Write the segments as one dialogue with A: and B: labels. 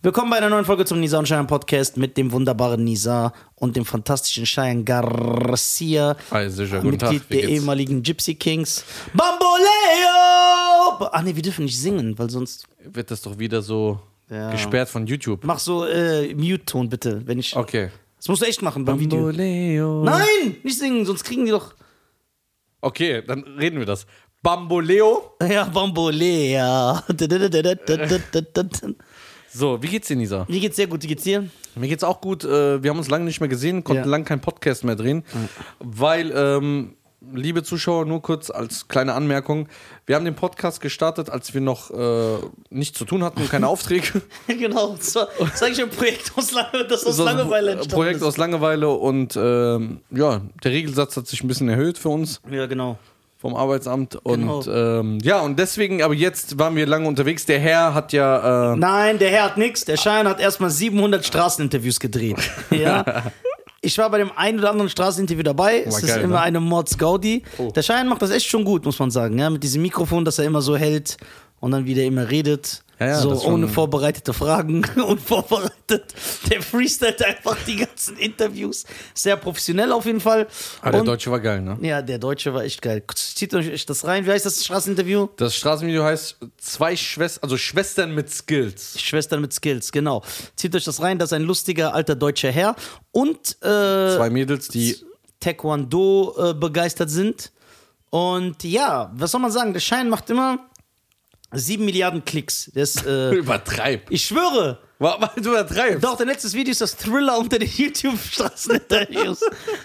A: Willkommen bei einer neuen Folge zum Nisa und Cheyenne Podcast mit dem wunderbaren Nisa und dem fantastischen Cheyenne Garcia,
B: Hi, sicher, Ah, guten Tag.
A: Mitglied
B: wie
A: der
B: geht's?
A: ehemaligen Gypsy Kings. Bamboleo! Ah ne, wir dürfen nicht singen, weil sonst
B: Wird das doch wieder so
A: Ja.
B: gesperrt von YouTube.
A: mach so äh, Mute-Ton bitte, wenn ich.
B: Okay.
A: Das musst du echt machen beim Video.
B: Bamboleo.
A: Nein, nicht singen, sonst kriegen die doch.
B: Okay, dann reden wir das. Bamboleo.
A: Ja, Bambolea.
B: So, wie geht's dir, Nisa?
A: Mir geht's sehr gut, wie geht's dir?
B: Mir geht's auch gut. äh, Wir haben uns lange nicht mehr gesehen, konnten
A: Ja.
B: lange keinen Podcast mehr drehen, weil, ähm, liebe Zuschauer, nur kurz als kleine Anmerkung: Wir haben den Podcast gestartet, als wir noch äh, nichts zu tun hatten und keine Aufträge.
A: genau, das war, das war eigentlich ein Projekt aus, Lange, das aus
B: So ein
A: Langeweile
B: Pro-
A: entstanden
B: Projekt
A: ist.
B: aus Langeweile und ähm, ja, der Regelsatz hat sich ein bisschen erhöht für uns.
A: ja, genau.
B: vom Arbeitsamt und
A: Genau.
B: ähm, ja und deswegen aber jetzt waren wir lange unterwegs der Herr hat ja äh,
A: Nein, der Herr hat nix. Der Schein hat erstmal 700 Straßeninterviews gedreht. Ja. Ich war bei dem einen oder anderen Straßeninterview dabei. es ist
B: geil,
A: immer
B: ne? Oh.
A: eine Mordsgaudi. Der Schein macht das echt schon gut, muss man sagen. Ja, mit diesem Mikrofon, das er immer so hält und dann wieder immer redet.
B: Ja, ja,
A: so
B: das schon-
A: ohne vorbereitete Fragen, unvorbereitet. Der freestylt einfach die ganzen Interviews. Sehr professionell auf jeden Fall.
B: ah, der
A: Und-
B: Deutsche war geil ne
A: ja, der Deutsche war echt geil. Zieht euch echt das rein. Wie heißt das Straßeninterview?
B: das Straßenvideo heißt zwei Schwestern also Schwestern mit Skills
A: Schwestern mit Skills, genau. Zieht euch das rein, das ist ein lustiger alter deutscher Herr und äh,
B: zwei Mädels die
A: Taekwondo äh, begeistert sind. Und ja, was soll man sagen? Der Schein macht immer 7 Milliarden Klicks. Der ist, äh,
B: übertreib
A: ich schwöre,
B: Wa- wa- du übertreibst
A: doch, dein letztes Video ist das Thriller unter den YouTube-Straßeninterviews.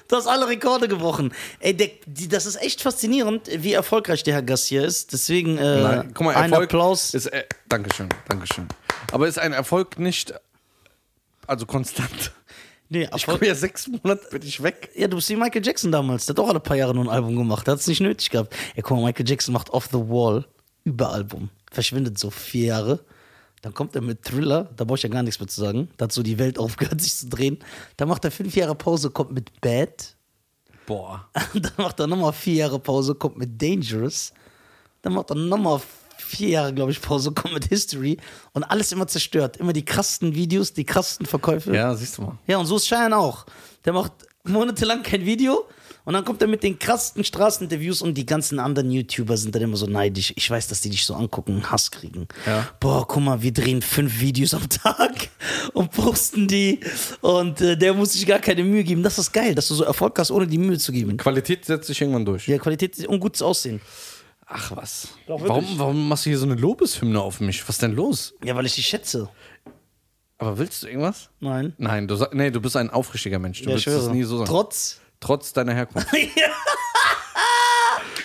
A: du hast alle Rekorde gebrochen. Ey, der, die, das ist echt faszinierend, wie erfolgreich der Herr Gassier ist. Deswegen äh,
B: Nein, guck mal
A: ein
B: Erfolg
A: Applaus.
B: ist äh, Dankeschön Dankeschön aber ist ein Erfolg nicht also konstant
A: Nee,
B: ich
A: Erfolg
B: komme ja sechs Monate bin ich weg
A: Ja, du bist wie Michael Jackson damals. Der hat auch alle paar Jahre nur ein Album gemacht. Der hat es nicht nötig gehabt. Ey, guck mal, Michael Jackson macht Off the Wall über Album. Verschwindet so vier Jahre. Dann kommt er mit Thriller. Da brauche ich ja gar nichts mehr zu sagen. Da hat so die Welt aufgehört, sich zu drehen. Dann macht er fünf Jahre Pause, kommt mit Bad.
B: boah
A: Dann macht er nochmal vier Jahre Pause, kommt mit Dangerous. Dann macht er nochmal vier Jahre, glaube ich, Pause, kommt mit History. Und alles immer zerstört. Immer die krassesten Videos, die krassesten Verkäufe.
B: ja siehst du mal
A: Ja, und so ist Cheyenne auch. Der macht monatelang kein Video und dann kommt er mit den krassesten Straßeninterviews und die ganzen anderen YouTuber sind dann immer so neidisch. Ich weiß, dass die dich so angucken und Hass kriegen.
B: Ja.
A: Boah, guck mal, wir drehen fünf Videos am Tag und posten die und äh, der muss sich gar keine Mühe geben. Das ist geil, dass du so Erfolg hast, ohne die Mühe zu geben.
B: Qualität setzt sich irgendwann durch
A: Ja, Qualität und gutes Aussehen.
B: Ach was.
A: Doch, wirklich.
B: warum, warum machst du hier so eine Lobeshymne auf mich? Was ist denn los?
A: Ja, weil ich dich schätze.
B: Aber willst du irgendwas?
A: Nein.
B: Nein, du, sa- nee, du bist ein aufrichtiger Mensch. Du
A: Ja, ich
B: willst es
A: schwöre.
B: nie so sagen.
A: Trotz.
B: Trotz deiner Herkunft.
A: ja.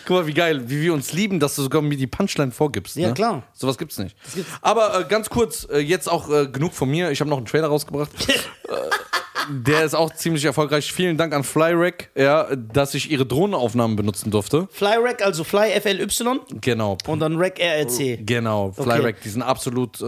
B: Guck mal, wie geil, wie wir uns lieben, dass du sogar mir die Punchline vorgibst.
A: Ja,
B: ne?
A: klar.
B: Sowas gibt's nicht. Aber äh, ganz kurz, äh, jetzt auch äh, genug von mir. Ich habe noch einen Trailer rausgebracht. äh, der ist auch ziemlich erfolgreich. Vielen Dank an Flyrack, ja, dass ich ihre Drohnenaufnahmen benutzen durfte.
A: Flyrack, also Fly FLY
B: Genau.
A: und dann Rack RRC.
B: Genau, Flyrack, die sind absolut äh, so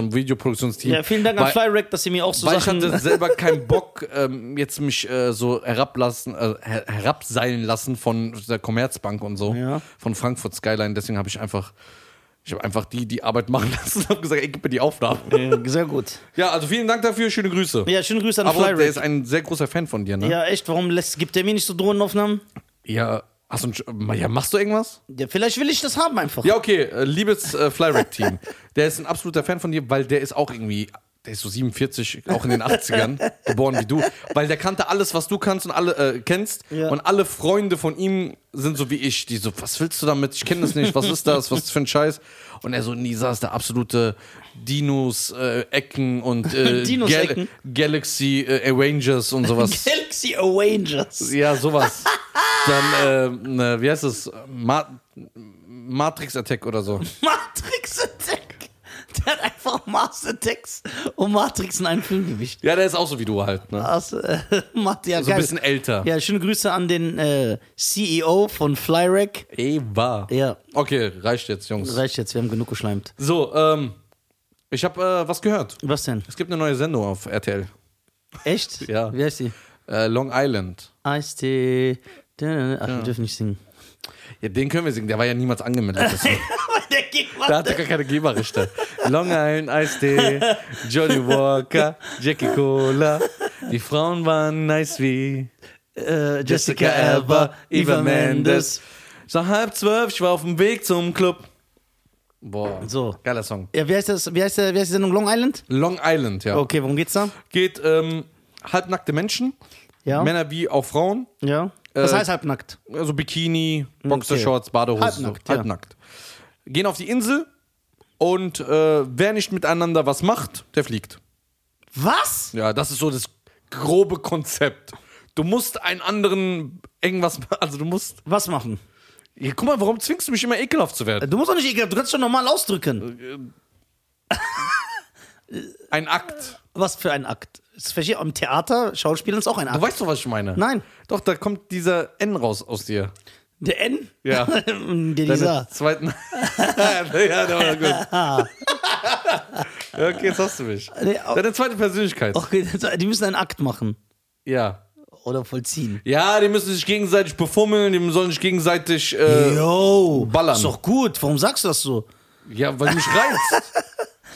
B: ein Videoproduktionsteam.
A: Mhm. Ja, vielen Dank an
B: Weil-
A: Flyrack, dass ihr mir auch so
B: Weil ich
A: Sachen
B: hatte selber keinen Bock, ähm, jetzt mich äh, so herablassen, äh, her herabseilen lassen von der Commerzbank und so,
A: Ja.
B: von Frankfurt Skyline. Deswegen habe ich einfach, ich habe einfach die die Arbeit machen lassen und habe gesagt, ey, gib mir die Aufnahmen.
A: Ja, sehr gut.
B: Ja, also vielen Dank dafür, schöne Grüße.
A: Ja, schönen Grüße an
B: Aber der
A: Flyrack.
B: ist ein sehr großer Fan von dir, ne?
A: Ja, echt, warum lässt, gibt der mir nicht so Drohnenaufnahmen?
B: Ja. Hast du, einen Sch- ja, machst du irgendwas?
A: Ja, vielleicht will ich das haben einfach.
B: Ja, okay, äh, liebes äh, Flyrack-Team. der ist ein absoluter Fan von dir, weil der ist auch irgendwie, der ist so 47, auch in den 80ern, geboren wie du. Weil der kannte alles, was du kannst und alle äh, kennst.
A: Ja.
B: Und alle Freunde von ihm sind so wie ich, die so, was willst du damit? Ich kenne das nicht, was ist das? Was ist das für ein Scheiß? Und er so, Nisa ist der absolute Dinos äh, Ecken und äh,
A: Dinos
B: Gal
A: Ecken?
B: Galaxy äh, Arrangers und sowas.
A: Galaxy Avengers.
B: ja, sowas. Dann, äh, ne, wie heißt es? Ma Matrix Attack oder so.
A: Matrix Attack. Der hat einfach Mars Attacks und Matrix in einen Film gemischt.
B: Ja, der ist auch so wie du halt, ne?
A: Das äh, macht ja
B: So ein
A: geil.
B: bisschen älter.
A: Ja, schöne Grüße an den äh, CEO von Flyrack.
B: Eva.
A: Ja,
B: Okay, reicht jetzt, Jungs.
A: reicht jetzt, wir haben genug geschleimt.
B: So, ähm, ich habe äh, was gehört.
A: Was denn?
B: Es gibt eine neue Sendung auf RTL.
A: Echt?
B: Ja.
A: Wie heißt die?
B: Äh, Long Island.
A: Ice Tea. Ach, wir dürfen nicht singen.
B: Ja, den können wir singen. Der war ja niemals angemeldet. deswegen.
A: Der geht mal-
B: Da hat er gar keine Geberrechte. Long Island Eistee, Johnny Walker, Jackie Cola. Die Frauen waren nice wie
A: äh, Jessica Alba, Eva Mendes.
B: So halb zwölf, ich war auf dem Weg zum Club. Boah,
A: So.
B: geiler Song.
A: Ja, wie heißt das? Wie heißt, der, wie heißt die Sendung Long Island?
B: Long Island, ja.
A: Okay, worum geht's da?
B: Geht ähm, halbnackte Menschen,
A: Ja.
B: Männer wie auch Frauen.
A: ja. Was
B: Äh,
A: heißt halbnackt?
B: Also Bikini, Boxershorts, Badehose.
A: Halbnackt,
B: so.
A: ja.
B: halbnackt. Gehen auf die Insel und äh, wer nicht miteinander was macht, der fliegt.
A: Was?
B: Ja, das ist so das grobe Konzept. Du musst einen anderen irgendwas, also du musst.
A: Was machen?
B: Ja, guck mal, warum zwingst du mich immer ekelhaft zu werden?
A: Du musst doch nicht ekelhaft, du kannst schon normal ausdrücken.
B: Ein Akt.
A: Was für ein Akt. Das verstehe ich, Im Theater, Schauspielen ist auch ein
B: Du
A: Akt.
B: weißt doch, was ich meine.
A: Nein.
B: Doch, da kommt dieser N raus aus dir.
A: Der N? Mm,
B: Ja.
A: Der
B: Deine
A: dieser.
B: zweiten. ja, der war gut. Ja, okay, jetzt hast du mich.
A: Nee, au-
B: Deine zweite Persönlichkeit.
A: Okay, die müssen einen Akt machen.
B: Ja.
A: Oder vollziehen.
B: Ja, die müssen sich gegenseitig befummeln, die sollen sich gegenseitig. Äh,
A: Yo,
B: ballern.
A: ist doch gut. Warum sagst du das so?
B: ja, weil du mich reizt.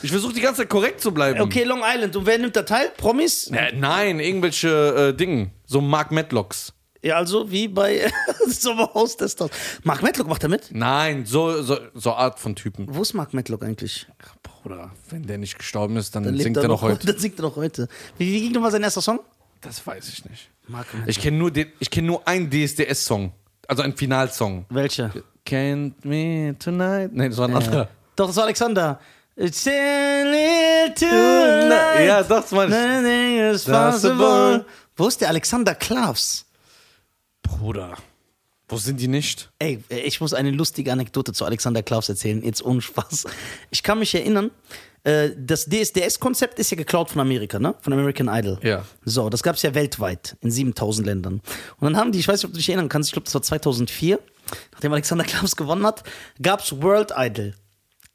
B: Ich versuche die ganze Zeit korrekt zu bleiben.
A: Okay, Long Island. Und wer nimmt da teil? Promis?
B: Äh, nein, irgendwelche äh, Dinge. So Mark Medlocks.
A: Ja, also wie bei Sommerhaus des Stars. Mark Medlock macht da mit?
B: Nein, so, so, so Art von Typen.
A: Wo ist Mark Medlock eigentlich?
B: Bruder, wenn der nicht gestorben ist, dann,
A: Lebt
B: singt er noch heute.
A: Dann singt er noch heute. Wie, wie ging nochmal sein erster Song?
B: Das weiß ich nicht.
A: Mark Medlock.
B: Ich kenne nur, den- ich kenn nur einen DSDS-Song. Also einen Finalsong.
A: Welcher?
B: Can't me tonight. Nee, das war ein anderer.
A: Doch, das war Alexander. It's a little tonight.
B: Ja, das meine ich.
A: Nothing is
B: Das ist
A: possible. Wo ist der Alexander Klavs?
B: Bruder. Wo sind die nicht?
A: Ey, ich muss eine lustige Anekdote zu Alexander Klaus erzählen, jetzt ohne Spaß. Ich kann mich erinnern, äh, das DSDS-Konzept ist ja geklaut von Amerika, ne? Von American Idol.
B: Ja.
A: So, das gab es ja weltweit in 7000 Ländern. Und dann haben die, ich weiß nicht, ob du dich erinnern kannst, ich glaube, das war 2004, nachdem Alexander Klaus gewonnen hat, gab es World Idol.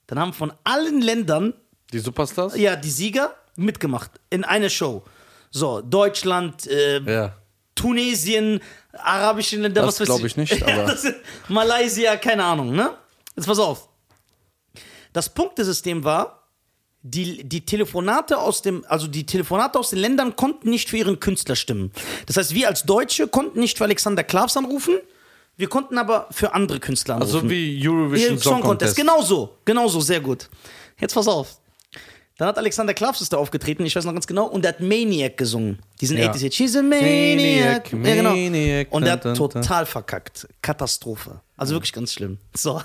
A: Dann haben von allen Ländern
B: Die Superstars?
A: ja, die Sieger mitgemacht in einer Show. So, Deutschland, äh,
B: Ja.
A: Tunesien, arabische Länder,
B: Das
A: was weiß
B: glaub ich nicht,
A: Ja,
B: aber-
A: das- Malaysia, keine Ahnung, ne? Jetzt pass auf. Das Punktesystem war, die, die Telefonate aus dem, also die Telefonate aus den Ländern konnten nicht für ihren Künstler stimmen. Das heißt, wir als Deutsche konnten nicht für Alexander Klavs anrufen, wir konnten aber für andere Künstler anrufen.
B: So Also wie Eurovision
A: Ihren Song Contest.
B: Genau.
A: Genau so, genau so, sehr gut. Jetzt pass auf. Dann hat Alexander Klavs ist da aufgetreten, ich weiß noch ganz genau, und der hat Maniac gesungen. Diesen
B: Ja.
A: 80s Hit. She's a Maniac.
B: Maniac,
A: ja, genau.
B: Maniac.
A: Und der hat
B: Dun, dun, dun.
A: total verkackt. Katastrophe. Also wirklich ganz schlimm. So.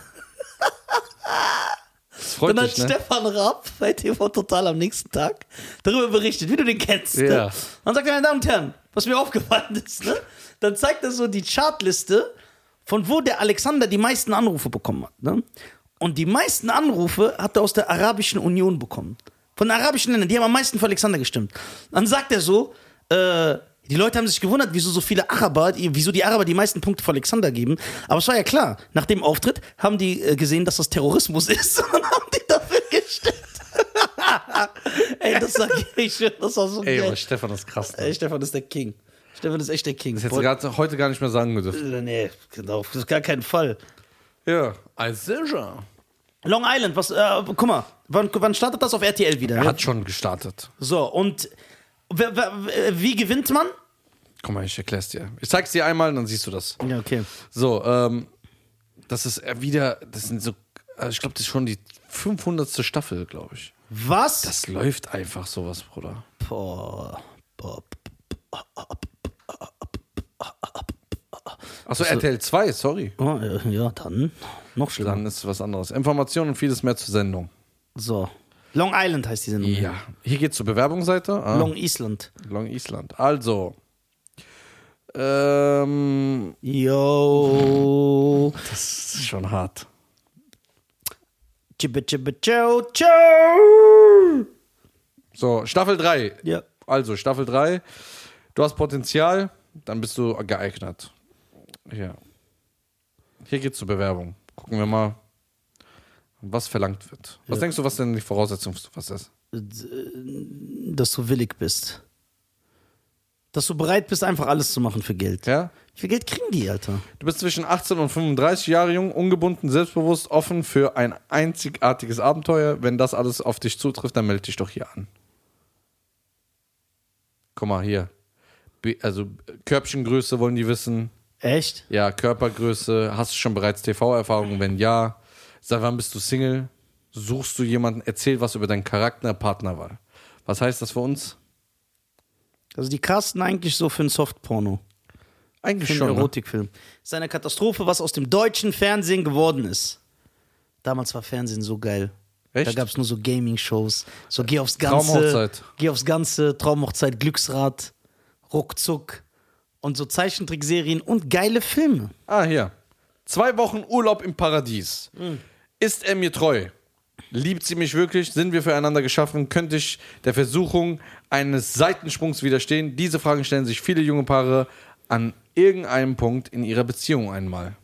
B: Das freut
A: Dann hat
B: mich, ne?
A: Stefan Raab bei TV Total am nächsten Tag darüber berichtet, wie du den kennst. Ne?
B: Ja.
A: Dann sagt er, meine Damen und Herren, was mir aufgefallen ist, ne? dann zeigt er so die Chartliste, von wo der Alexander die meisten Anrufe bekommen hat. Ne? Und die meisten Anrufe hat er aus der Arabischen Union bekommen. Von den arabischen Ländern, die haben am meisten für Alexander gestimmt. Dann sagt er so, äh, die Leute haben sich gewundert, wieso so viele Araber, die- wieso die Araber die meisten Punkte für Alexander geben. Aber es war ja klar, nach dem Auftritt haben die äh, gesehen, dass das Terrorismus ist und haben die dafür gestimmt. Ey, das sag ich, das war so
B: Ey,
A: geil.
B: aber Stefan ist krass. Ne?
A: Ey, Stefan ist der King. Stefan ist echt der King.
B: Das hättest du grad- heute gar nicht mehr sagen dürfen.
A: Boah, nee, genau, auf gar keinen Fall.
B: Ja. Als sicher.
A: Long Island, was, äh, guck mal, wann, wann startet das auf RTL wieder? ne?
B: Er hat schon gestartet.
A: So, und wer- wer- wer- wie gewinnt man?
B: Komm mal, ich erklär's dir. Ich zeig's dir einmal, dann siehst du das.
A: Ja, okay.
B: So, ähm, das ist eher wieder, das sind so, also ich glaube, das ist schon die 500. Staffel, glaube ich.
A: Was?
B: Das läuft einfach sowas, Bruder.
A: Boah, boah,
B: Achso, RTL 2, sorry.
A: oh, äh, ja, dann noch schlimmer.
B: Dann ist was anderes. Informationen und vieles mehr zur Sendung.
A: So, Long Island heißt die Sendung.
B: Ja. Hier geht's zur Bewerbungsseite. Ah, Long.
A: Long Island.
B: Island. Also. Ähm,
A: Yo,
B: das ist schon hart.
A: chibbe chibbe chow chow.
B: So, Staffel 3.
A: Ja.
B: Also, Staffel 3. Du hast Potenzial, dann bist du geeignet. Ja. Hier geht's zur Bewerbung. Gucken wir mal, was verlangt wird. Was denkst du, was denn die Voraussetzung für was ist?
A: Dass du willig bist. Dass du bereit bist, einfach alles zu machen für Geld.
B: Ja?
A: Wie viel Geld kriegen die, Alter?
B: Du bist zwischen 18 und 35 Jahre jung, ungebunden, selbstbewusst, offen für ein einzigartiges Abenteuer. Wenn das alles auf dich zutrifft, dann melde dich doch hier an. Guck mal hier. Be- Also äh, Körbchengröße wollen die wissen.
A: Echt?
B: Ja, Körpergröße. Hast du schon bereits TV-Erfahrung? Wenn ja, seit wann bist du Single? Suchst du jemanden? Erzähl was über deinen Charakter, Partnerwahl. Was heißt das für uns?
A: Also die casten eigentlich so für einen Softporno.
B: Eigentlich
A: Für einen
B: schon. Ne?
A: Erotikfilm. Ist eine Katastrophe, was aus dem deutschen Fernsehen geworden ist. Damals war Fernsehen so geil.
B: Echt?
A: Da gab es nur so Gaming-Shows. So geh aufs Ganze.
B: Traumhochzeit.
A: Geh aufs Ganze, Traumhochzeit, Glücksrad, Ruckzuck und so Zeichentrickserien und geile Filme.
B: Ah, hier. Zwei Wochen Urlaub im Paradies. Ist er mir treu? Liebt sie mich wirklich? Sind wir füreinander geschaffen? Könnte ich der Versuchung eines Seitensprungs widerstehen? Diese Fragen stellen sich viele junge Paare an irgendeinem Punkt in ihrer Beziehung einmal.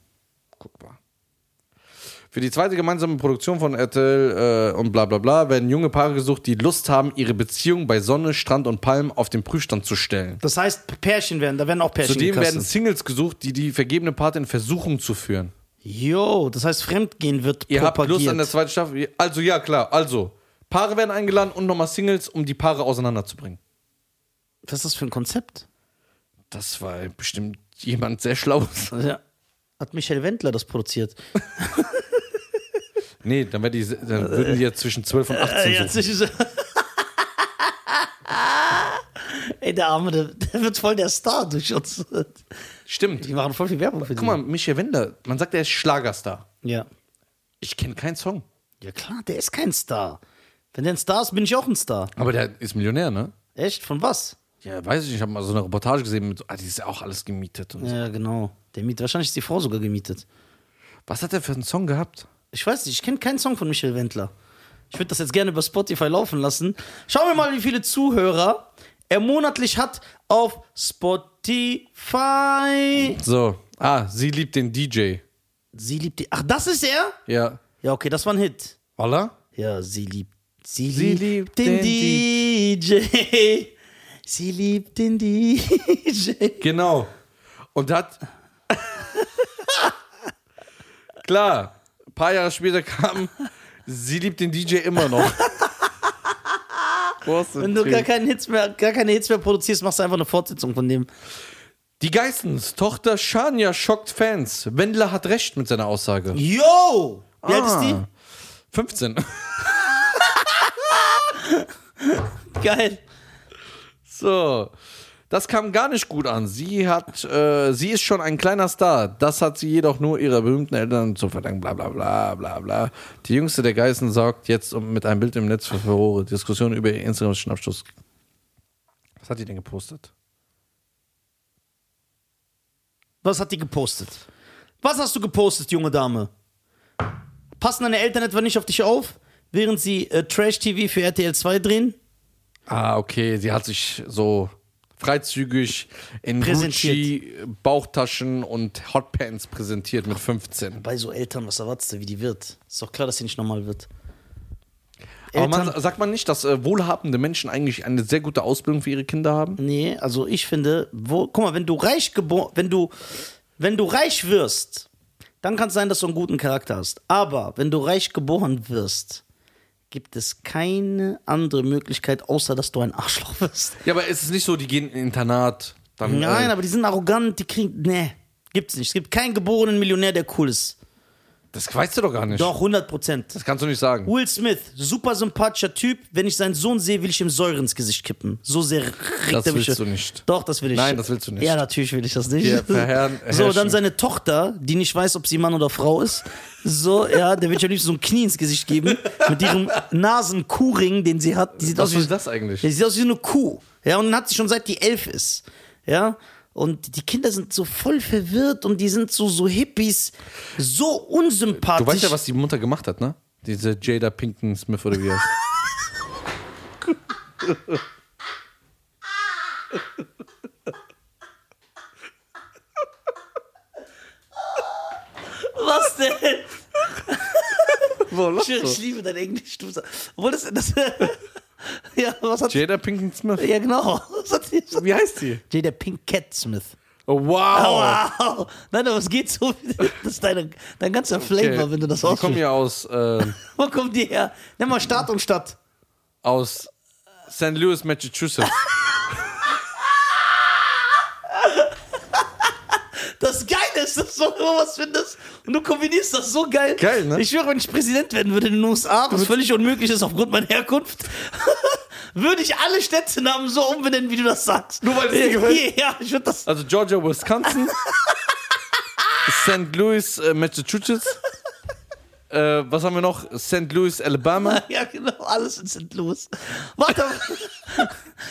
B: Guck mal. Für die zweite gemeinsame Produktion von RTL äh, und bla bla bla werden junge Paare gesucht, die Lust haben, ihre Beziehung bei Sonne, Strand und Palmen auf den Prüfstand zu stellen.
A: Das heißt, Pärchen werden, da werden auch Pärchen
B: Zudem werden
A: gecastet.
B: Singles gesucht, die die vergebene Part in Versuchung zu führen.
A: Jo, das heißt, Fremdgehen wird
B: Ihr habt
A: propagiert.
B: Lust an der zweiten Staffel. Also ja, klar. Also, Paare werden eingeladen und nochmal Singles, um die Paare auseinanderzubringen.
A: Was ist das für ein Konzept?
B: Das war bestimmt jemand sehr Schlaues.
A: Ja. Hat Michael Wendler das produziert?
B: Nee, dann, wär die, dann würden die ja zwischen 12 und 18
A: Ja,
B: suchen.
A: zwischen so. Ey, der Arme, der, der wird voll der Star durch uns.
B: Stimmt.
A: Die machen voll viel Werbung für
B: Guck mal, Michael Wender, man sagt, er ist Schlagerstar.
A: Ja.
B: Ich kenne keinen Song.
A: Ja, klar, der ist kein Star. Wenn der ein Star ist, bin ich auch ein Star.
B: Aber der ist Millionär, ne?
A: Echt? Von was?
B: Ja, weiß ich nicht. Ich habe mal so eine Reportage gesehen mit, so, ah, die ist ja auch alles gemietet. Und so.
A: Ja, genau. Der mietet. Wahrscheinlich ist die Frau sogar gemietet.
B: Was hat er für einen Song gehabt?
A: Ich weiß nicht, ich kenne keinen Song von Michael Wendler. Ich würde das jetzt gerne über Spotify laufen lassen. Schauen wir mal, wie viele Zuhörer er monatlich hat auf Spotify.
B: So, ah, sie liebt den DJ.
A: Sie liebt die. Ach, das ist er?
B: Ja.
A: Ja, okay, das war ein Hit.
B: Voila?
A: Ja, sie liebt. Sie,
B: liebt
A: liebt
B: den
A: den, DJ. Sie liebt den DJ.
B: Genau. Und hat. Klar, ein paar Jahre später kam, sie liebt den DJ immer noch.
A: Wenn du gar, keinen Hits mehr, gar keine Hits mehr produzierst, machst du einfach eine Fortsetzung von dem.
B: Die Geissens, Tochter Shania schockt Fans. Wendler hat recht mit seiner Aussage.
A: Yo! Ah. Wie alt ist die?
B: 15.
A: Geil.
B: So. Das kam gar nicht gut an. Sie hat, äh, sie ist schon ein kleiner Star. Das hat sie jedoch nur ihrer berühmten Eltern zu verdanken. Bla bla bla bla bla. Die jüngste der Geißen sorgt jetzt um- mit einem Bild im Netz für Furore. Diskussion über ihr Instagram-Schnappschuss. Was hat die denn gepostet?
A: Was hat die gepostet? Was hast du gepostet, junge Dame? Passen deine Eltern etwa nicht auf dich auf, während sie äh, Trash-TV für RTL 2 drehen?
B: Ah, okay. Sie hat sich so freizügig in
A: Präsentiert.
B: Gucci, Bauchtaschen und Hotpants präsentiert mit 15.
A: Bei so Eltern, was erwartest du, wie die wird? Ist doch klar, dass sie nicht normal wird.
B: Aber man, sagt man nicht, dass äh, wohlhabende Menschen eigentlich eine sehr gute Ausbildung für ihre Kinder haben?
A: Nee, also ich finde, wo, guck mal, wenn du reich geboren, wenn du, wenn du reich wirst, dann kann es sein, dass du einen guten Charakter hast. Aber wenn du reich geboren wirst, gibt es keine andere Möglichkeit, außer dass du ein Arschloch wirst.
B: Ja, aber es ist nicht so, die gehen in ein Internat. Dann,
A: Nein,
B: äh,
A: aber die sind arrogant, die kriegen, nee, gibt's nicht. Es gibt keinen geborenen Millionär, der cool ist.
B: das weißt du doch gar nicht.
A: Doch, 100 Prozent.
B: Das kannst du nicht sagen.
A: Will Smith, super sympathischer Typ. Wenn ich seinen Sohn sehe, will ich ihm Säure ins Gesicht kippen. So sehr regt
B: Das
A: er mich.
B: willst du nicht.
A: Doch, das will ich.
B: Nein, das willst du nicht.
A: Ja, natürlich will ich das nicht.
B: Hier, verherren-
A: so,
B: herrschen.
A: dann seine Tochter, die nicht weiß, ob sie Mann oder Frau ist. So, ja, der wird ja liebsten so ein Knie ins Gesicht geben. Mit ihrem Nasenkuhring, den sie hat. Die sieht
B: Was
A: aus
B: ist
A: wie,
B: das eigentlich?
A: ja, sie sieht aus wie eine Kuh. Ja, und dann hat sie schon seit die elf ist. Ja. Und die Kinder sind so voll verwirrt und die sind so, so Hippies, so unsympathisch.
B: Du weißt ja, was die Mutter gemacht hat, ne? Diese Jada Pinken Smith oder wie heißt.
A: Was denn?
B: Warum
A: Ich, ich liebe dein Englisch. Du, obwohl das, das Ja, was hat
B: Jada Pinkett Smith.
A: Ja, genau. Was hat die
B: Wie heißt die?
A: Jada Pinkett Smith.
B: Oh, wow.
A: Wow. Nein, aber es geht so. Das ist deine, dein ganzer Flavor, wenn du das
B: Die
A: aussprichst.
B: kommen ja aus, äh,
A: Wo kommt die her? Nimm mal Stadt und Stadt.
B: aus St. Louis, Massachusetts.
A: Das Geile ist, dass du immer was findest und du kombinierst das so geil.
B: Geil, ne?
A: Ich schwöre, wenn ich Präsident werden würde in den USA, was völlig unmöglich ist aufgrund meiner Herkunft, würde ich alle Städtenamen so umbenennen, wie du das sagst.
B: Nur weil es dir gefällt?
A: Ja, ich würde das.
B: Also Georgia, Wisconsin, St. Louis, äh, Massachusetts. Äh, was haben wir noch? St. Louis, Alabama.
A: Ja, genau, alles in St. Louis. Warte.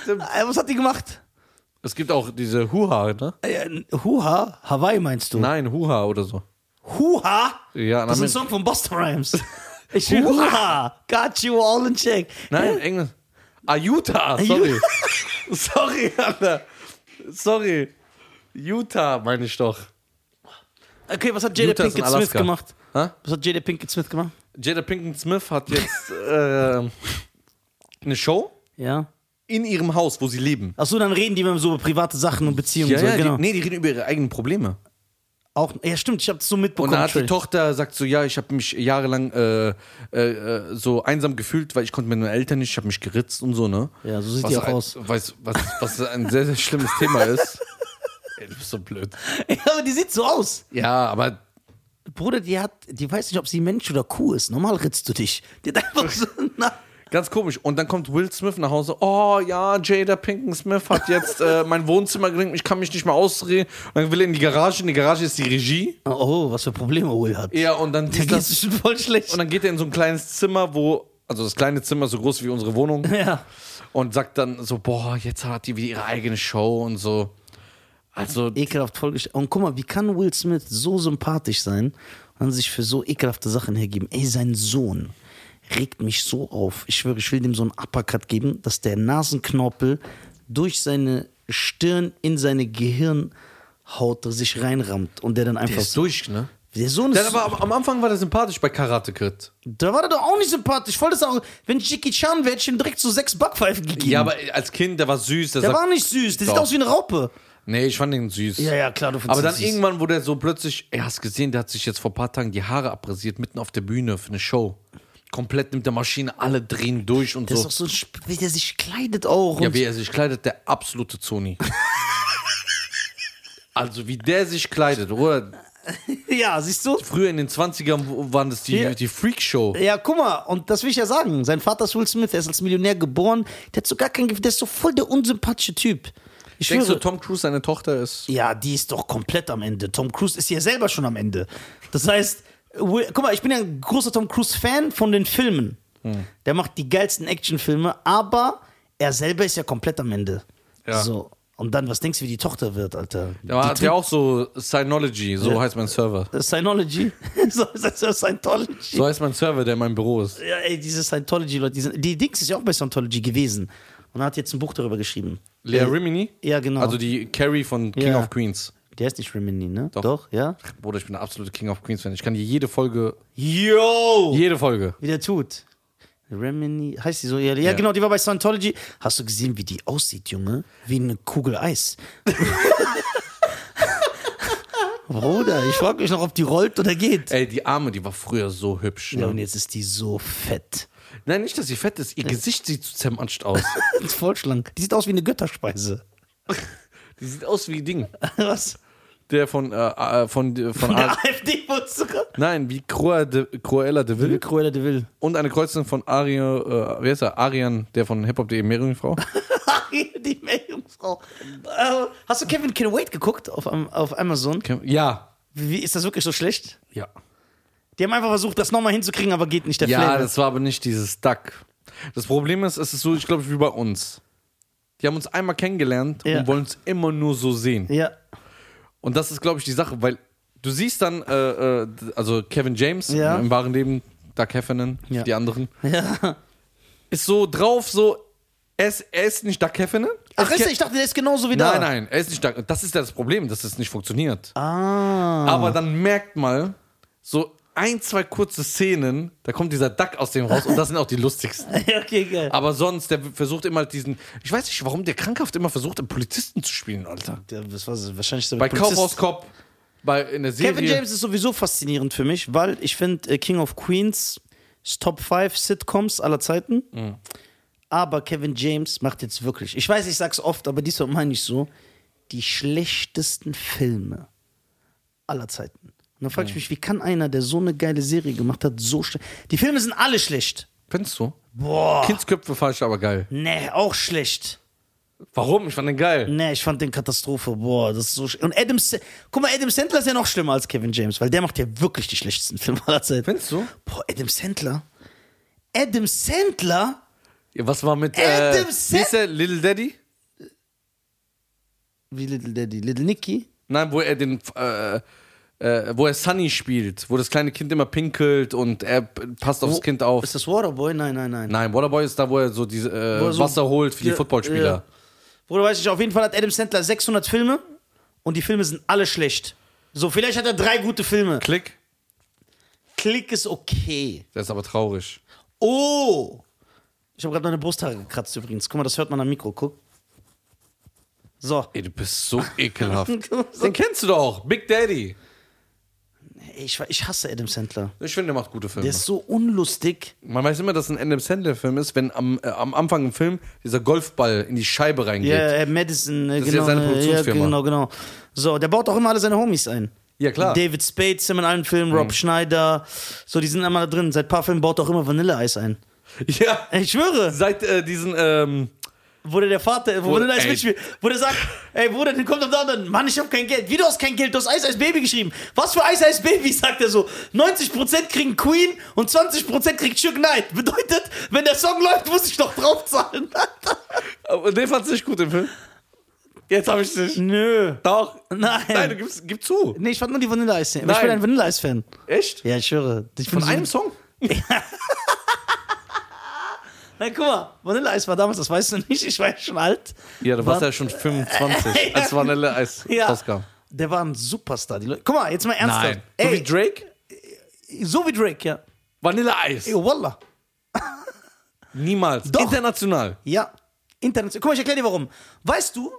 A: Äh, was hat die gemacht?
B: Es gibt auch diese Huha, ne?
A: Äh, Huha? Hawaii meinst du?
B: Nein, Huha oder so.
A: Huha?
B: Ja, in
A: Das ist ein
B: Amerika.
A: Song von Boston Rhymes. Ich Huha! Got you all in check.
B: Nein, Englisch. Ah, Utah, sorry. sorry, Alter. Sorry. Utah, meine ich doch.
A: Okay, was hat Jada
B: Utah ist in
A: Pinkett Smith
B: Alaska.
A: gemacht?
B: Hä?
A: Was hat Jada Pinkett Smith gemacht?
B: Jada Pinkett Smith hat jetzt äh, eine Show
A: Ja.
B: in ihrem Haus, wo sie leben.
A: Achso, dann reden die immer so über private Sachen und Beziehungen.
B: Ja,
A: und so.
B: ja,
A: genau.
B: die, nee, die reden über ihre eigenen Probleme.
A: Auch, ja, stimmt, ich hab's so
B: Und
A: mitbekommen.
B: dann hat die
A: Entschuldigung.
B: Tochter sagt so, ja, ich habe mich jahrelang äh, äh, äh, so einsam gefühlt, weil ich konnte mit meinen Eltern nicht, ich habe mich geritzt und so, ne?
A: Ja, so sieht
B: was
A: die auch
B: ein-
A: aus.
B: Weiß, was, was ein sehr, sehr schlimmes Thema ist. Ey, du bist so blöd.
A: Ja, aber die sieht so aus.
B: Ja, aber
A: Bruder, die hat, die weiß nicht, ob sie Mensch oder Kuh ist. Normal ritzt du dich. Die hat einfach so. Na,
B: ganz komisch. Und dann kommt Will Smith nach Hause, oh ja, Jada Pinkett Smith hat jetzt äh, mein Wohnzimmer gelingt, ich kann mich nicht mehr ausreden. Und dann will er in die Garage, in die Garage ist die Regie.
A: oh, was für Probleme Will hat.
B: Ja, und dann
A: Da
B: ist
A: geht's
B: das,
A: schon voll schlecht.
B: und dann geht er in so ein kleines Zimmer, wo, also das kleine Zimmer ist so groß wie unsere Wohnung.
A: Ja.
B: und sagt dann so, boah, jetzt hat die wieder ihre eigene Show und so. Also,
A: Ekelhaft vollgestellt. Und guck mal, wie kann Will Smith so sympathisch sein und sich für so ekelhafte Sachen hergeben? Ey, sein Sohn regt mich so auf. Ich schwöre, ich will dem so einen Uppercut geben, dass der Nasenknorpel durch seine Stirn in seine Gehirnhaut sich reinrammt und der dann einfach.
B: der ist durch, ne?
A: der Sohn ist.
B: Dann aber am- am Anfang war der sympathisch bei Karate Kid.
A: da war der doch auch nicht sympathisch. Voll das auch. Wenn ich Jackie Chan wäre, hätte ich ihm direkt so sechs Backpfeifen gegeben.
B: Ja, aber als Kind, der war süß. Mhm. Der,
A: der
B: sagt,
A: war nicht süß. Der sieht
B: Doch.
A: aus wie eine Raupe.
B: nee, ich fand den süß.
A: Ja, ja, klar, du findest
B: aber
A: ihn
B: dann
A: süß.
B: irgendwann wurde er so plötzlich, ey, hast gesehen, der hat sich jetzt vor ein paar Tagen die Haare abrasiert, mitten auf der Bühne für eine Show. Komplett mit der Maschine, alle drehen durch und
A: Der ist
B: so.
A: auch so ein. Sp- Wie der sich kleidet auch.
B: Ja,
A: und-
B: wie er sich kleidet, der absolute Zoni. also, wie der sich kleidet, oder?
A: ja siehst du?
B: Früher in den 20ern wo- waren das die,
A: Ja.
B: die Freakshow.
A: Ja, guck mal, und das will ich ja sagen. Sein Vater ist Will Smith, er ist als Millionär geboren. Der hat so gar kein Gefühl, der ist so voll der unsympathische Typ. Ich
B: Denkst du,
A: schwöre.
B: Tom Cruise seine Tochter ist?
A: ja, die ist doch komplett am Ende. Tom Cruise ist ja selber schon am Ende. Das heißt, Will, guck mal, ich bin ja ein großer Tom Cruise-Fan von den Filmen. Der macht die geilsten Actionfilme, aber er selber ist ja komplett am Ende.
B: Ja.
A: So. Und dann, was denkst du, wie die Tochter wird, Alter?
B: Ja, hat ja auch so Synology, so heißt mein Server.
A: Synology. so ist das Scientology.
B: So heißt mein Server, der in meinem Büro ist.
A: Ja, ey, diese Scientology-Leute, die, sind- die Dings ist ja auch bei Scientology gewesen. Und hat jetzt ein Buch darüber geschrieben.
B: Lea
A: Äh,
B: Rimini?
A: Ja, genau.
B: Also die Carrie von King
A: Ja.
B: of Queens.
A: der ist nicht Rimini, ne? Doch, ja?
B: Bruder, ich bin der absolute King of Queens-Fan. Ich kann dir jede Folge.
A: Yo!
B: Jede Folge.
A: Wie der tut. Rimini, heißt die so? Ja, ja, genau, die war bei Scientology. Hast du gesehen, wie die aussieht, Junge? Wie eine Kugel Eis. Bruder, ich frage mich noch, ob die rollt oder geht.
B: Ey, die Arme, die war früher so hübsch.
A: Ja,
B: Ne?
A: und jetzt ist die so fett.
B: Nein, nicht, dass sie fett ist. Ihr Gesicht sieht so zermatscht aus.
A: Voll schlank. Die sieht aus wie eine Götterspeise.
B: die sieht aus wie Ding.
A: Was?
B: Der von. Äh, äh, von, äh, von
A: Der
B: Ar
A: AfD-Wurzel.
B: Nein, wie Cruella de, Cruella de Vil.
A: Cruella de Vil.
B: Und eine Kreuzung von Ario. Äh, wer ist er? Arian, der von Hip-Hop.de Meerjungfrau.
A: die Meerjungfrau. Äh, hast du Kevin Can Wait geguckt auf, Am- auf Amazon?
B: Ja.
A: Wie, ist das wirklich so schlecht?
B: Ja.
A: Die haben einfach versucht, das nochmal hinzukriegen, aber geht nicht. Der
B: Ja,
A: Flavor.
B: das war aber nicht dieses Duck. Das Problem ist, es ist so, ich glaube, wie bei uns. Die haben uns einmal kennengelernt
A: Ja.
B: und wollen uns immer nur so sehen.
A: ja.
B: Und das ist, glaube ich, die Sache, weil du siehst dann, äh, äh, also Kevin James
A: Ja.
B: im wahren Leben, Doug Heffernan,
A: Ja.
B: die anderen,
A: ja.
B: ist so drauf, so, er ist, er ist nicht Doug Heffernan.
A: Ach,
B: Er ist
A: ist, der- ich dachte, der ist genauso wie da.
B: Nein, nein, er ist nicht stark. Das ist ja das Problem, dass es nicht funktioniert.
A: Ah.
B: Aber dann merkt mal, so, ein, zwei kurze Szenen, da kommt dieser Duck aus dem raus und das sind auch die lustigsten.
A: okay, geil.
B: Aber sonst, der versucht immer diesen. Ich weiß nicht, warum der krankhaft immer versucht, einen Polizisten zu spielen, Alter.
A: Der- Das war wahrscheinlich so
B: Bei
A: Polizist-
B: Cowboys Cop, bei in der Serie.
A: Kevin James ist sowieso faszinierend für mich, weil ich finde äh, King of Queens ist Top 5 Sitcoms aller Zeiten.
B: Mhm.
A: Aber Kevin James macht jetzt wirklich, ich weiß, ich sag's oft, aber diesmal meine ich so, die schlechtesten Filme aller Zeiten. Und dann frage ich mich, wie kann einer, der so eine geile Serie gemacht hat, so schlecht. Die Filme sind alle schlecht.
B: Findest du? Ah.
A: Boah.
B: Kindsköpfe falsch, aber geil.
A: Nee, auch schlecht.
B: Warum? Ich fand den geil.
A: Nee, ich fand den Katastrophe. Boah, das ist so sch- Und Adam, Sa- guck mal, Adam Sandler ist ja noch schlimmer als Kevin James, weil der macht ja wirklich die schlechtesten Filme aller Zeiten.
B: Findest du?
A: Boah, Adam Sandler. Adam Sandler?
B: Ja, was war mit.
A: Adam
B: äh,
A: Sand-
B: hieß der Little Daddy?
A: Wie Little Daddy? Little Nicky?
B: Nein, wo er den. Äh, äh, wo er Sunny spielt, wo das kleine Kind immer pinkelt und er p- passt aufs
A: Wo-
B: Kind auf.
A: Ist das Waterboy? Nein, nein, nein.
B: Nein, Waterboy ist da, wo er so diese
A: Wo
B: äh,
A: er so-
B: Wasser holt für die
A: Ja,
B: Footballspieler.
A: ja. Bruder, weiß ich, auf jeden Fall hat Adam Sandler 600 Filme und die Filme sind alle schlecht. So, vielleicht hat er drei gute Filme.
B: Klick,
A: Klick ist okay.
B: der ist aber traurig.
A: Oh! Ich habe gerade meine Brusthaare gekratzt übrigens. Guck mal, das hört man am Mikro. Guck. So.
B: Ey, du bist so ekelhaft. Den kennst du doch, Big Daddy.
A: Ey, Ich, ich hasse Adam Sandler.
B: Ich finde, der macht gute Filme.
A: Der ist so unlustig.
B: Man weiß immer, dass ein Adam Sandler-Film ist, wenn am, äh, am Anfang im Film dieser Golfball in die Scheibe reingeht.
A: Ja, äh, Madison, äh,
B: Das ist
A: genau.
B: ja seine
A: äh,
B: Produktionsfirma.
A: Ja, genau, genau. So, der baut auch immer alle seine Homies ein.
B: Ja, klar. Mhm.
A: David Spades in allen Filmen, Rob Schneider. So, die sind immer da drin. Seit paar Filmen baut er auch immer Vanilleeis ein.
B: Ja,
A: Ey, Ich schwöre,
B: seit äh, diesen, ähm,
A: wurde der Vater, wo, wurde Eis
B: ey.
A: mitspielt, wo der sagt, ey Bruder, dann kommt auf der anderen, Mann, ich hab kein Geld. Wie du hast kein Geld, du hast Eis Eis Baby geschrieben. Was für Eis Eis Baby, sagt er so. 90% kriegen Queen und 20% kriegt Suge Knight. Bedeutet, wenn der Song läuft, muss ich noch draufzahlen.
B: aber äh, den fand's nicht gut, den Film. Jetzt habe ich dich.
A: Nö.
B: Doch.
A: Nein.
B: Nein, du gibst, gib zu.
A: Nee, ich fand nur die Vanilleeis-Szene. aber Ich
B: Nein.
A: bin ein Vanilleeis-Fan.
B: Echt?
A: Ja, ich schwöre. Ich
B: Von
A: bin so-
B: einem Song?
A: Nein, guck mal, Vanilleeis war damals, das weißt du nicht, ich war ja schon alt.
B: Ja, du warst
A: War-
B: ja schon 25, als Vanille Eis
A: Ja.
B: rauskam.
A: Der war ein Superstar. Die Leute. Guck mal, jetzt mal ernsthaft.
B: Nein. So wie
A: Ey,
B: Drake?
A: so wie Drake, ja.
B: Vanille Eis.
A: Ey, Wallah.
B: Niemals.
A: Doch.
B: International.
A: Ja. International. Guck mal, ich erkläre dir warum. Weißt du,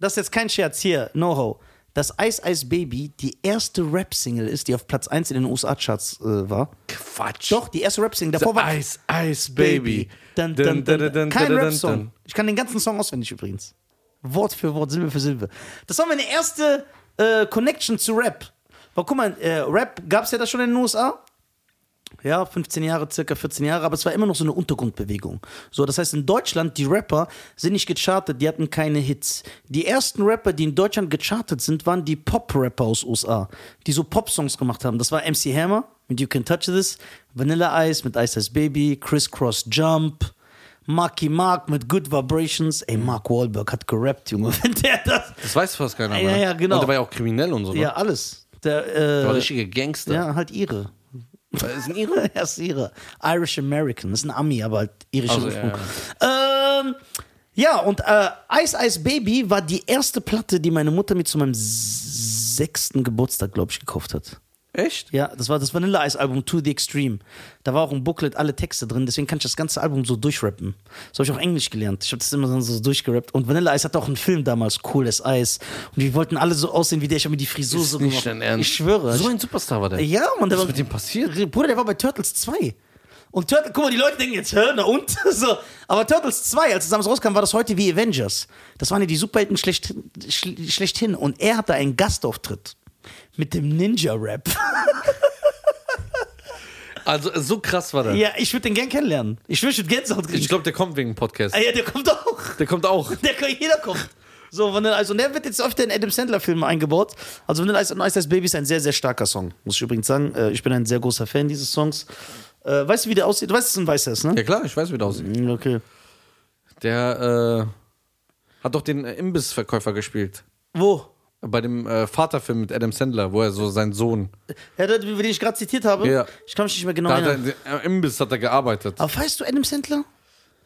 A: das ist jetzt kein Scherz hier, Know-how, dass Ice Ice Baby die erste Rap-Single ist, die auf Platz 1 in den USA-Charts äh, war?
B: Quatsch.
A: Doch, die erste Rap-Single. Davor war
B: Ice, Ice, Baby.
A: Dun, dun, dun, dun. Kein Rap-Song. Ich kann den ganzen Song auswendig übrigens. Wort für Wort, Silbe für Silbe. Das war meine erste äh, Connection zu Rap. Aber guck mal, äh, Rap gab es ja da schon in den USA. Ja, 15 Jahre, circa 14 Jahre, aber es war immer noch so eine Untergrundbewegung. So, das heißt, in Deutschland, die Rapper sind nicht gechartet, die hatten keine Hits. Die ersten Rapper, die in Deutschland gechartet sind, waren die Pop-Rapper aus USA, die so Pop-Songs gemacht haben. Das war MC Hammer mit You Can Touch This, Vanilla Ice mit Ice Ice Baby, Criss Cross Jump, Marky Mark mit Good Vibrations. Ey, Mark Wahlberg hat gerappt, Junge, wenn der das.
B: Das weiß fast keiner
A: Ja,
B: ne?
A: ja, genau.
B: Und der war ja auch kriminell und so. Ne?
A: Ja, alles. Der,
B: Der war
A: äh,
B: richtige Gangster.
A: ja, halt ihre.
B: Äh, Ist ein Ire.
A: Ihre, er ist Ihre. Irish American, ist ein Ami, aber halt irische
B: Also,
A: Ursprung. Ähm, ja, und äh, Ice Ice Baby war die erste Platte, die meine Mutter mir zu meinem s- sechsten Geburtstag, glaube ich, gekauft hat.
B: Echt?
A: Ja, das war das Vanilla Ice Album To the Extreme. Da war auch ein Booklet, alle Texte drin, deswegen kann ich das ganze Album so durchrappen. So habe ich auch Englisch gelernt. Ich habe das immer dann so durchgerappt. Und Vanilla Ice hatte auch einen Film damals, Cool as Ice. Und wir wollten alle so aussehen wie der. Ich habe mir die Frisur so
B: Ist nicht dein Ernst.
A: Ich schwöre.
B: So ein Superstar war der.
A: Ja, Mann, der
B: Was
A: war
B: ist mit dem passiert?
A: Bruder, der war bei Turtles 2. Und Turtles, guck mal, die Leute denken jetzt, hä, na und? So. Aber Turtles 2, als es damals rauskam, war das heute wie Avengers. Das waren ja die Superhelden schlecht, schl- schlechthin. Und er hatte einen Gastauftritt mit dem Ninja-Rap.
B: Also äh, so krass war der.
A: Ja, ich würde den gern kennenlernen. Ich würde Gänsehaut kriegen.
B: Ich glaube, der kommt wegen dem Podcast.
A: Ah ja, der kommt auch.
B: Der kommt auch.
A: Der kann, jeder kommt. So, Vanilla Ice. Und der wird jetzt öfter in Adam Sandler-Filmen eingebaut. Also Vanilla Ice und Ice Ice Baby ist ein sehr, sehr starker Song. Muss ich übrigens sagen. Äh, Ich bin ein sehr großer Fan dieses Songs. Äh, Weißt du, wie der aussieht? Du weißt, dass es ein weißer ist, ne?
B: Ja klar, ich weiß, wie der aussieht.
A: Okay.
B: Der äh, hat doch den äh, Imbissverkäufer gespielt.
A: Wo?
B: Bei dem äh, Vaterfilm mit Adam Sandler, wo er so seinen Sohn.
A: Ja, das, über den ich gerade zitiert habe.
B: Ja.
A: Ich kann mich nicht mehr genau
B: Da hat er,
A: erinnern.
B: äh, Imbiss hat er gearbeitet.
A: Aber weißt du Adam Sandler?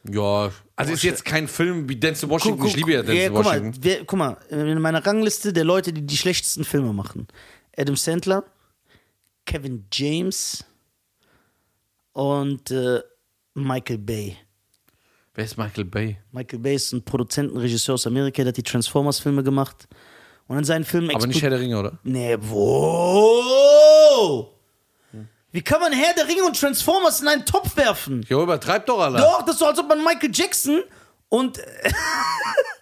B: Ja. Also ist jetzt kein Film wie Denzel Washington. ich liebe ja Denzel
A: guck mal,
B: Washington.
A: wer, guck mal, in meiner Rangliste der Leute, die die schlechtesten Filme machen. Adam Sandler, Kevin James und äh, Michael Bay.
B: Wer ist Michael Bay?
A: Michael Bay ist ein Produzent, ein Regisseur aus Amerika, der hat die Transformers-Filme gemacht. Und in seinen Filmen
B: Aber nicht
A: explod-
B: Herr der Ringe, oder?
A: Nee, wo? Wie kann man Herr der Ringe und Transformers in einen Topf werfen?
B: Jo, übertreib doch alle.
A: Doch, das ist so, als ob man Michael Jackson und. äh,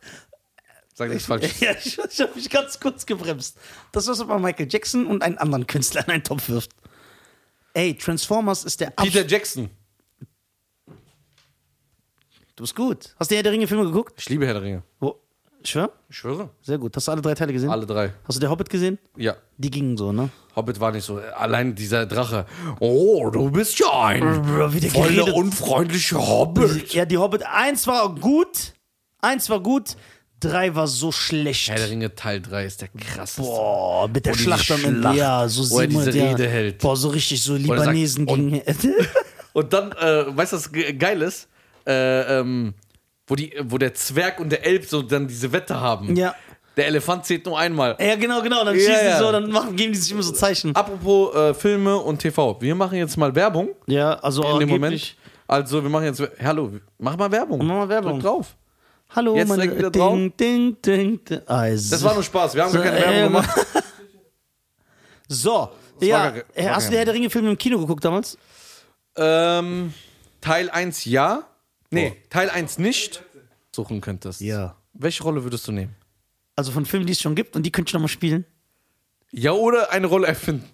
B: Sag nichts falsch.
A: Ja, ich, ich habe mich ganz kurz gebremst. Das ist, als ob man Michael Jackson und einen anderen Künstler in einen Topf wirft. Ey, Transformers ist der
B: Peter
A: Abs
B: Jackson.
A: Du bist gut. Hast du die Herr der Ringe-Filme geguckt?
B: Ich liebe Herr der Ringe.
A: Wo? Ich schwör?
B: Ich schwöre.
A: Sehr gut. Hast du alle drei Teile gesehen?
B: Alle drei.
A: Hast du der Hobbit gesehen?
B: Ja.
A: Die gingen so, ne?
B: Hobbit war nicht so. äh, Allein dieser Drache. Oh, du bist ja ein
A: Bro, wie der
B: voller
A: geredet.
B: unfreundlicher Hobbit.
A: Ja, die Hobbit 1 war gut. 1 war gut. 3 war so schlecht.
B: Herr der Ringe Teil 3 ist der krasseste.
A: Boah, mit der
B: Oder
A: Schlacht
B: diese
A: am Ende.
B: Schlacht,
A: Ja, so
B: wo er diese
A: 700 Jahre.
B: Rede hält.
A: Boah, so richtig so
B: er sagt,
A: Libanesen
B: und-
A: gegen.
B: Und dann, äh, weißt du, was ge- geil ist? Äh, ähm, wo, die, wo der Zwerg und der Elb so dann diese Wette haben.
A: Ja.
B: Der Elefant zählt nur einmal.
A: ja, genau, genau. Dann
B: Ja,
A: schießen
B: ja.
A: die so, dann machen, geben die sich immer so Zeichen.
B: Apropos äh, Filme und TV. Wir machen jetzt mal Werbung
A: Ja, also
B: in dem
A: angeblich-
B: Moment. Also, wir machen jetzt. Hallo, mach mal Werbung.
A: Mach mal Werbung.
B: Drück drauf.
A: Hallo,
B: Jetzt
A: meine.
B: direkt wieder
A: ding, ding, ding, ding. Also.
B: Das war nur Spaß. Wir haben gar keine
A: äh,
B: Werbung gemacht.
A: So,
B: war
A: ja.
B: gar-
A: Äh, Hast
B: war gar-
A: du die Herr der Ringe-Film im Kino geguckt damals?
B: Ähm, Teil 1 ja. Nee, Teil 1 nicht. Suchen könntest.
A: Ja.
B: Welche Rolle würdest du nehmen?
A: Also von Filmen, die es schon gibt und die könnte ich nochmal spielen?
B: Ja, oder eine Rolle erfinden.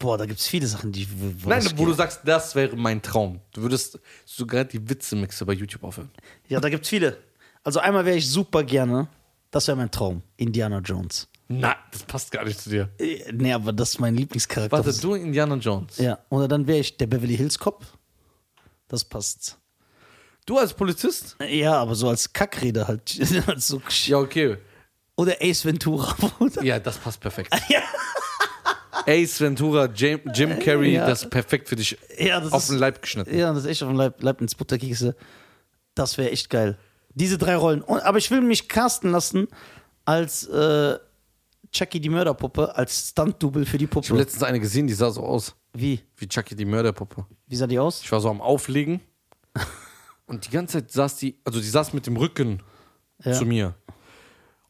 A: Boah, da gibt es viele Sachen, die. wo- wo
B: Nein,
A: das
B: wo du sagst, das wäre mein Traum. Du würdest sogar die Witze-Mixer bei YouTube aufhören.
A: Ja, da gibt's viele. Also einmal wäre ich super gerne, das wäre mein Traum, Indiana Jones.
B: Na, das passt gar nicht zu dir.
A: Äh, Nee, aber das ist mein Lieblingscharakter.
B: Warte, du Indiana Jones.
A: Ja, oder dann wäre ich der Beverly Hills Cop. Das passt.
B: Du als Polizist?
A: Ja, aber so als Kackrede halt. Als so Gesch-
B: Ja, okay.
A: Oder Ace Ventura, Bruder.
B: Ja, das passt perfekt.
A: Ja.
B: Ace Ventura, Jim, Jim Carrey,
A: Ja.
B: das ist perfekt für dich
A: Ja, das
B: auf
A: ist,
B: den Leib geschnitten.
A: ja, das ist echt auf dem Leib, Leib ins Butterkekse. Das wäre echt geil. Diese drei Rollen. Und, aber ich will mich casten lassen als äh, Chucky die Mörderpuppe, als Stunt-Double für die
B: Ich habe
A: Puppe.
B: letztens eine gesehen, die sah so aus
A: Wie?
B: wie Chucky die Mörderpuppe.
A: Wie sah die aus?
B: Ich war so am Auflegen und die ganze Zeit saß die, also die saß mit dem Rücken
A: Ja.
B: zu mir.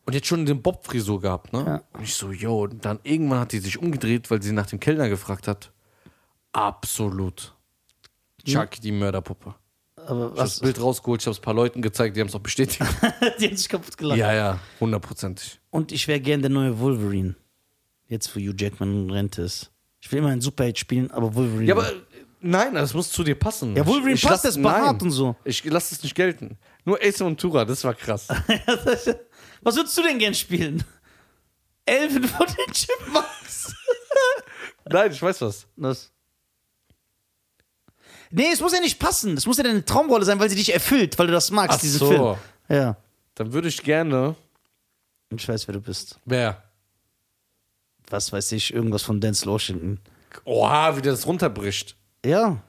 B: Und jetzt schon den Bob-Frisur gehabt, ne? Und ich so, yo, und dann irgendwann hat die sich umgedreht, weil sie nach dem Kellner gefragt hat. Absolut. Chucky, die Mörderpuppe.
A: Aber
B: Ich
A: Hm?
B: hab das
A: was?
B: Bild rausgeholt, ich hab's ein paar Leuten gezeigt, die haben's auch bestätigt.
A: Die hat sich kaputt gelacht.
B: ja, ja, hundertprozentig.
A: Und ich wäre gern der neue Wolverine. Jetzt, wo Hugh Jackman in Rente ist. Ich will immer einen Superheld spielen, aber Wolverine.
B: Ja, aber äh, nein, das muss zu dir passen.
A: Ja, Wolverine passt,
B: lass-
A: der ist behaart
B: nein.
A: und so.
B: Ich lass das nicht gelten. Nur Ace Ventura, das war krass.
A: was würdest du denn gern spielen? Elfen von den Chipmunks.
B: nein, ich weiß was.
A: Das. Nee, es muss ja nicht passen. Es muss ja deine Traumrolle sein, weil sie dich erfüllt, weil du das magst,
B: Ach
A: diesen
B: so.
A: Film. Ja.
B: Dann würde ich gerne.
A: Und ich weiß, wer du bist.
B: Wer?
A: Was weiß ich, irgendwas von Denzel Washington.
B: Oha, wie der das runterbricht.
A: Ja.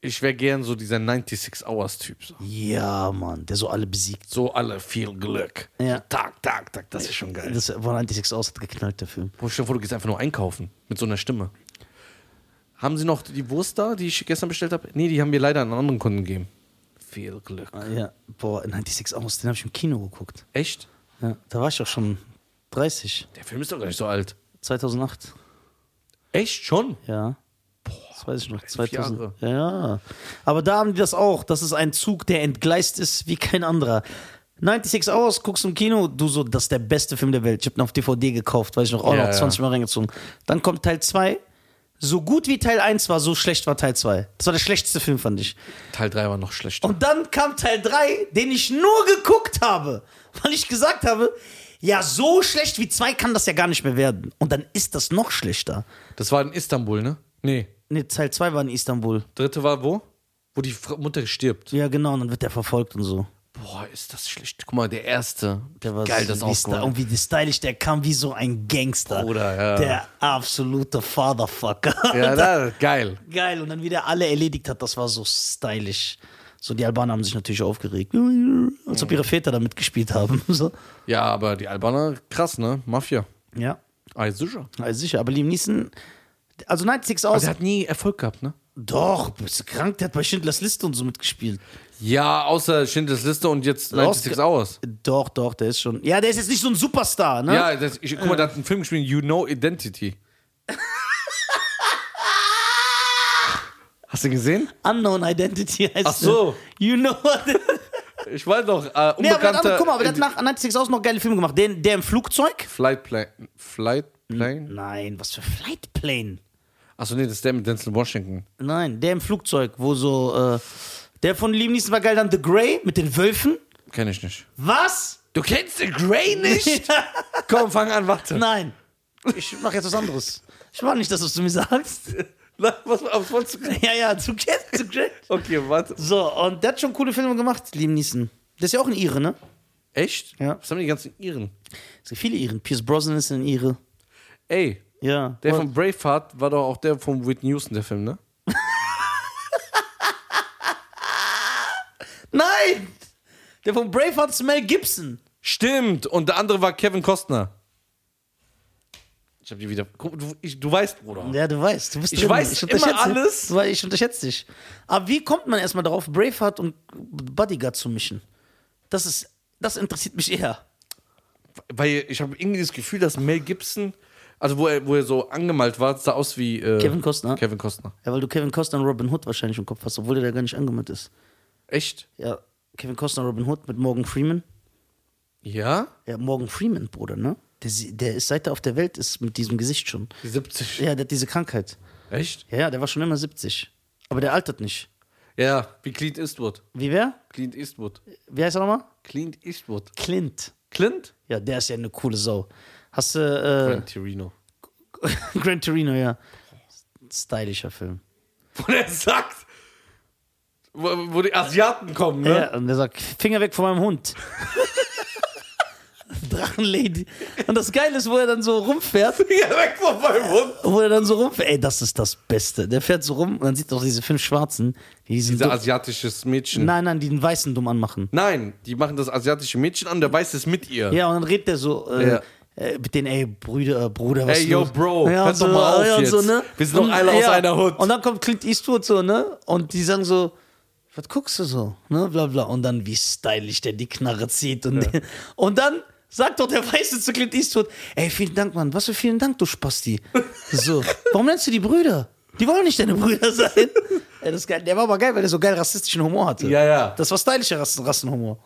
B: Ich wäre gern so dieser 96 Hours Typ. So,
A: Ja, Mann, der so alle besiegt.
B: so alle viel Glück.
A: Ja.
B: So, Tag, Tag, Tag, das ist schon geil.
A: Das war 96 aus, hat geknallt, der Film.
B: Boah, stell dir vor, du gehst einfach nur einkaufen mit so einer Stimme. Haben Sie noch die Wurst da, die ich gestern bestellt habe? Nee, die haben wir leider an einen anderen Kunden gegeben. Viel Glück.
A: Ja, boah, 96 aus, den habe ich im Kino geguckt.
B: Echt?
A: Ja, da war ich auch schon 30,
B: Der Film ist doch gar nicht so alt.
A: 2008.
B: Echt schon?
A: Ja. Das weiß ich noch, 2000.
B: Jahre.
A: Ja. Aber da haben die das auch. Das ist ein Zug, der entgleist ist wie kein anderer. 96 Hours, guckst im Kino, du so, das ist der beste Film der Welt. Ich habe ihn auf DVD gekauft, weiß ich noch, auch
B: Ja,
A: noch
B: ja.
A: 20 Mal reingezogen. Dann kommt Teil 2. So gut wie Teil 1 war, so schlecht war Teil 2. Das war der schlechteste Film, fand ich.
B: Teil 3 war noch schlechter.
A: Und dann kam Teil 3, den ich nur geguckt habe, weil ich gesagt habe, ja, so schlecht wie 2 kann das ja gar nicht mehr werden. Und dann ist das noch schlechter.
B: Das war in Istanbul, ne? Nee.
A: Ne, Teil 2 war in Istanbul.
B: Dritte war wo? Wo die Fra- Mutter stirbt.
A: Ja, genau, und dann wird der verfolgt und so.
B: Boah, ist das schlecht. Guck mal, der erste.
A: Der war
B: Geil, das
A: so, wie sta-
B: auch.
A: Und wie stylisch der kam, wie so ein Gangster.
B: Bruder, ja.
A: Der absolute Fatherfucker.
B: Ja, da, geil.
A: Geil, und dann wieder alle erledigt hat, das war so stylisch. So, die Albaner haben sich natürlich aufgeregt. Als ob ihre Väter da mitgespielt haben. So.
B: Ja, aber die Albaner, krass, ne? Mafia.
A: Ja.
B: Ah, sicher.
A: Also sicher, aber Liam Neeson, also 96
B: Aber
A: aus.
B: der hat nie Erfolg gehabt, ne?
A: doch, bist du krank? Der hat bei Schindlers Liste und so mitgespielt.
B: Ja, außer Schindlers Liste und jetzt 96
A: Oscar-
B: Hours.
A: Doch, doch, der ist schon. Ja, der ist jetzt nicht so ein Superstar, ne?
B: Ja, das, ich, guck mal, da hat ein Film gespielt, You Know Identity. Hast du gesehen?
A: Unknown Identity heißt
B: Ach so.
A: der. You know what?
B: Ich weiß doch, äh,
A: nee, aber der hat,
B: unbekannter
A: andere- guck mal, aber der hat nach 96 aus noch geile Filme gemacht. Den, der im Flugzeug?
B: Flight Plane. Flight Plane?
A: Nein, was für Flight Plane?
B: Achso, nee, das ist der mit Denzel Washington.
A: Nein, der im Flugzeug, wo so. Äh, der von Liam Neeson war geil, dann The Grey mit den Wölfen.
B: Kenn ich nicht.
A: Was?
B: Du kennst The Grey nicht? Komm, fang an, warte.
A: Nein. Ich mache jetzt was anderes. Ich war nicht, dass du es zu mir sagst.
B: Na, was, was wolltest du?
A: Ja, ja, zu Cat, zu Grey.
B: Okay, warte.
A: So, und der hat schon coole Filme gemacht, Liam Neeson. Der ist ja auch ein Ire, ne?
B: Echt?
A: Ja.
B: Was haben die ganzen Iren?
A: Es gibt viele Iren. Pierce Brosnan ist ein Ire.
B: Ey,
A: Ja.
B: der von Braveheart war doch auch der von Whitney Houston, der Film, ne?
A: Nein! Der von Braveheart ist Mel Gibson.
B: Stimmt, und der andere war Kevin Costner. Ich hab die wieder. Guck, du, ich, du weißt, Bruder.
A: Ja, du weißt. Du bist
B: Ich
A: drin.
B: weiß immer
A: unterschätze-
B: alles.
A: Du weißt, Ich unterschätze dich. Aber wie kommt man erstmal darauf, Braveheart und Bodyguard zu mischen? Das ist, das interessiert mich eher.
B: Weil ich habe irgendwie das Gefühl, dass Mel Gibson, also wo er, wo er so angemalt war, sah aus wie. Äh,
A: Kevin Costner.
B: Kevin Costner.
A: Ja, weil du Kevin Costner und Robin Hood wahrscheinlich im Kopf hast, obwohl der da gar nicht angemalt ist.
B: Echt?
A: Ja, Kevin Costner, Robin Hood mit Morgan Freeman.
B: Ja?
A: Ja, Morgan Freeman, Bruder, ne? Der, sie- der ist seit er auf der Welt ist mit diesem Gesicht schon.
B: 70.
A: Ja, der hat diese Krankheit.
B: Echt?
A: Ja, ja, der war schon immer 70. Aber der altert nicht.
B: Ja, wie Clint Eastwood.
A: Wie wer?
B: Clint Eastwood.
A: Wie heißt er nochmal?
B: Clint Eastwood.
A: Clint.
B: Clint?
A: Ja, der ist ja eine coole Sau. Hast du
B: Tirino.
A: äh, Gran Torino, ja. Stylischer Film.
B: Und er sagt, wo, wo die Asiaten kommen, ne?
A: Ja, und der sagt, Finger weg von meinem Hund. Drachenlady. Und das Geile ist, wo er dann so rumfährt,
B: Finger weg von meinem Hund.
A: wo er dann so rumfährt. Ey, das ist das Beste. Der fährt so rum und dann sieht doch diese fünf Schwarzen, die diesen
B: Dieser
A: dumm-
B: asiatisches Mädchen.
A: Nein, nein, die den Weißen dumm anmachen.
B: Nein, die machen das asiatische Mädchen an, der weiß es mit ihr.
A: Ja, und dann redet der so äh,
B: Ja.
A: äh, mit den, ey, Brüder, äh, Bruder, was
B: Ey,
A: ist
B: yo,
A: los?
B: Bro, hör
A: und
B: doch mal auf
A: und
B: jetzt. Wir sind doch alle aus einer Hut.
A: Und dann kommt Clint Eastwood so, ne? Und die sagen so, was guckst du so? Ne, bla, bla. Und dann, wie stylisch der die Knarre zieht. Und, und dann sagt doch der Weiße zu Clint Eastwood, ey, vielen Dank, Mann. Was für vielen Dank, du Spasti. So, warum nennst du die Brüder? Die wollen nicht deine Brüder sein. Ey, das ist geil. Der war aber geil, weil der so geil rassistischen Humor hatte.
B: Ja, ja.
A: Das war stylischer Rassen Rassenhumor.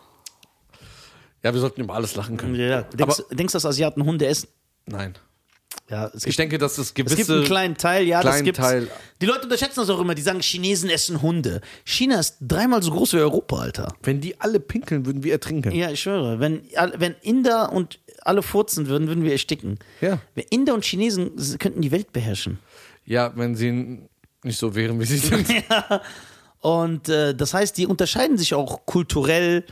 B: Ja, wir sollten über alles lachen können.
A: Ja, denkst, denkst du, dass Asiaten Hunde essen?
B: Nein.
A: Ja, es
B: Ich
A: gibt,
B: denke, dass es
A: es
B: gewisse.
A: gibt einen kleinen Teil, ja, das
B: kleinen
A: gibt's.
B: Teil.
A: Die Leute unterschätzen das auch immer, die sagen, Chinesen essen Hunde. China ist dreimal so groß wie Europa, Alter.
B: wenn die alle pinkeln, würden wir ertrinken.
A: Ja, ich schwöre, wenn, all- wenn Inder und alle furzen würden, würden wir ersticken.
B: Ja.
A: Wenn Inder und Chinesen s- könnten die Welt beherrschen.
B: Ja, wenn sie nicht so wären, wie sie sind.
A: Und äh, das heißt, die unterscheiden sich auch kulturell,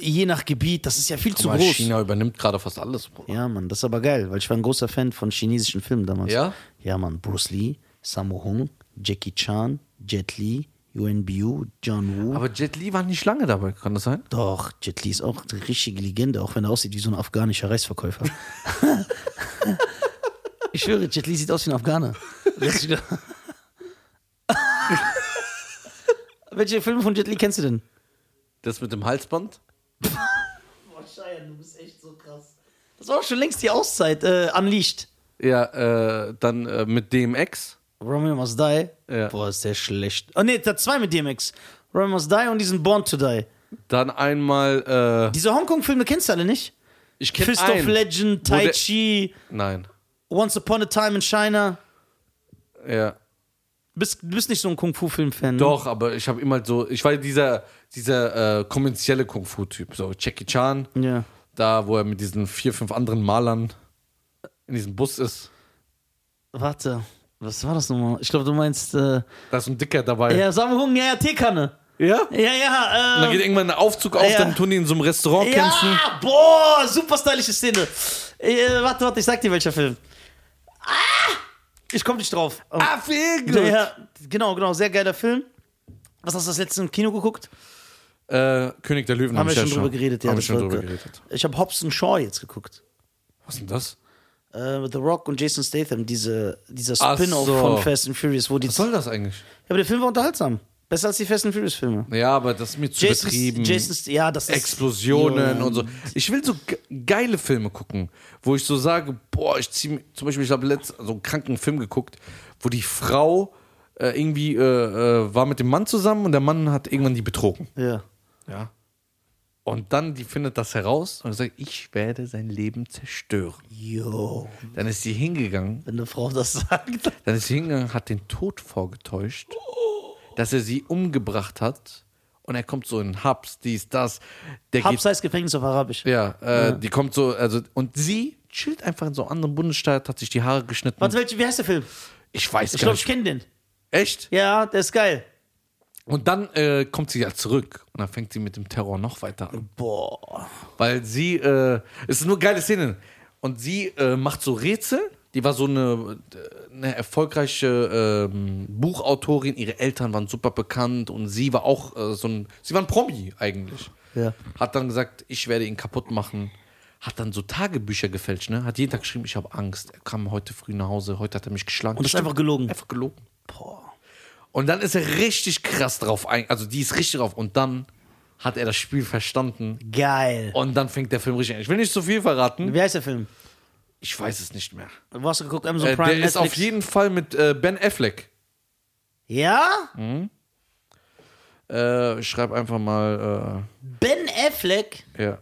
A: je nach Gebiet. Das ist ja viel zu
B: Mal,
A: groß.
B: China übernimmt gerade fast alles, Bruder.
A: Ja, Mann, das ist aber geil, weil ich war ein großer Fan von chinesischen Filmen damals.
B: Ja?
A: Ja, Mann, Bruce Lee, Sammo Hung, Jackie Chan, Jet Li, Yuan Biu, John Woo.
B: Aber Jet Li war nicht lange dabei, kann das sein?
A: Doch, Jet Li ist auch eine richtige Legende, auch wenn er aussieht wie so ein afghanischer Reisverkäufer. ich schwöre, Jet Li sieht aus wie ein Afghaner. Lass mich doch- Welche Filme von Jet Li kennst du denn?
B: Das mit dem Halsband?
A: Boah, Scheiße, Oh, du bist echt so krass. Das war auch schon längst die Auszeit, äh, Unleashed.
B: Ja, äh, dann äh, mit DMX.
A: Romeo Must Die.
B: Ja.
A: Boah, ist der schlecht. Oh ne, da zwei mit DMX. Romeo Must Die und diesen Born to Die.
B: Dann einmal. Äh,
A: Diese Hongkong-Filme kennst du alle nicht?
B: ich kenne
A: Fist of
B: einen.
A: Legend,
B: Wo
A: Tai
B: der-
A: Chi,
B: Nein.
A: Once Upon a Time in China.
B: Ja.
A: Bist, bist nicht so ein Kung-Fu-Film-Fan. ne?
B: Doch, aber ich habe immer so. Ich war dieser, dieser äh, kommerzielle Kung-Fu-Typ. So Jackie Chan.
A: Ja.
B: Da, wo er mit diesen vier, fünf anderen Malern in diesem Bus ist.
A: Warte, was war das nochmal? Ich glaube, du meinst. Äh,
B: Da ist ein Dicker dabei.
A: ja, Samhung, ja, ja, Teekanne.
B: Ja?
A: Ja,
B: Und dann
A: ja,
B: geht
A: äh.
B: irgendwann ein Aufzug auf,
A: Ja.
B: dann tun die in so einem Restaurant kämpfen.
A: Ja, boah, super stylische Szene. Äh, warte, warte, ich sag dir welcher Film. Ah! Ich komm nicht drauf. Ähm,
B: Ah, viel
A: Ja, ja, genau, genau. Sehr geiler Film. Was hast du das letzte im Kino geguckt?
B: Äh, König der Löwen
A: Haben
B: hab
A: wir
B: ich ja
A: schon drüber geredet.
B: Haben wir
A: das
B: schon
A: war-
B: drüber geredet.
A: Ich habe Hobson Shaw jetzt geguckt.
B: Was ist denn das?
A: äh, mit The Rock und Jason Statham, diese, dieser
B: Ach
A: Spin-off
B: so.
A: von Fast and Furious, wo die.
B: Was
A: Ja,
B: soll das eigentlich?
A: aber der Film war unterhaltsam. Besser als die Fast and Furious Filme.
B: Ja, aber das ist mir zu
A: Jason,
B: übertrieben.
A: Jason, ja, das ist.
B: Explosionen
A: Ja.
B: und so. Ich will so ge- geile Filme gucken, wo ich so sage, boah, ich ziehe zum Beispiel, ich habe letztens so einen kranken Film geguckt, wo die Frau äh, irgendwie äh, äh, war mit dem Mann zusammen und der Mann hat irgendwann die betrogen.
A: Ja.
B: Ja. Und dann die findet das heraus und sagt, ich werde sein Leben zerstören.
A: Yo.
B: Dann ist sie hingegangen,
A: Wenn eine Frau das sagt.
B: dann ist sie hingegangen, hat den Tod vorgetäuscht, dass er sie umgebracht hat und er kommt so in Hubs, dies, das. Der geht
A: Hubs heißt Gefängnis auf Arabisch.
B: Ja, äh, die kommt so, also, und sie chillt einfach in so einem anderen Bundesstaat, hat sich die Haare geschnitten.
A: Warte, welche, wie heißt der Film?
B: Ich weiß
A: Ich
B: gar
A: glaube, ich
B: nicht.
A: kenne den.
B: Echt?
A: Ja, der ist geil.
B: Und dann äh, kommt sie ja zurück und dann fängt sie mit dem Terror noch weiter an.
A: Boah.
B: Weil sie, äh, es ist nur geile Szenen. Und sie äh, macht so Rätsel. Die war so eine, äh, eine erfolgreiche ähm, Buchautorin. Ihre Eltern waren super bekannt und sie war auch äh, so ein, sie war ein Promi eigentlich.
A: Ja.
B: Hat dann gesagt, ich werde ihn kaputt machen. Hat dann so Tagebücher gefälscht, ne? Hat jeden Tag geschrieben, ich habe Angst. Er kam heute früh nach Hause, heute hat er mich geschlagen.
A: Und das ist
B: Stimmt.
A: einfach gelogen.
B: Einfach gelogen.
A: Boah.
B: Und dann ist er richtig krass drauf ein. Also die ist richtig drauf. Und dann hat er das Spiel verstanden.
A: Geil.
B: Und dann fängt der Film richtig an. Ich will nicht zu viel verraten.
A: Wie heißt der Film?
B: Ich weiß es nicht mehr.
A: Wo hast du geguckt? Amazon
B: Äh, der
A: Prime,
B: ist
A: Netflix?
B: auf jeden Fall mit äh, Ben Affleck.
A: Ja?
B: Äh, ich schreib einfach mal.
A: Ben Affleck.
B: Äh, ja.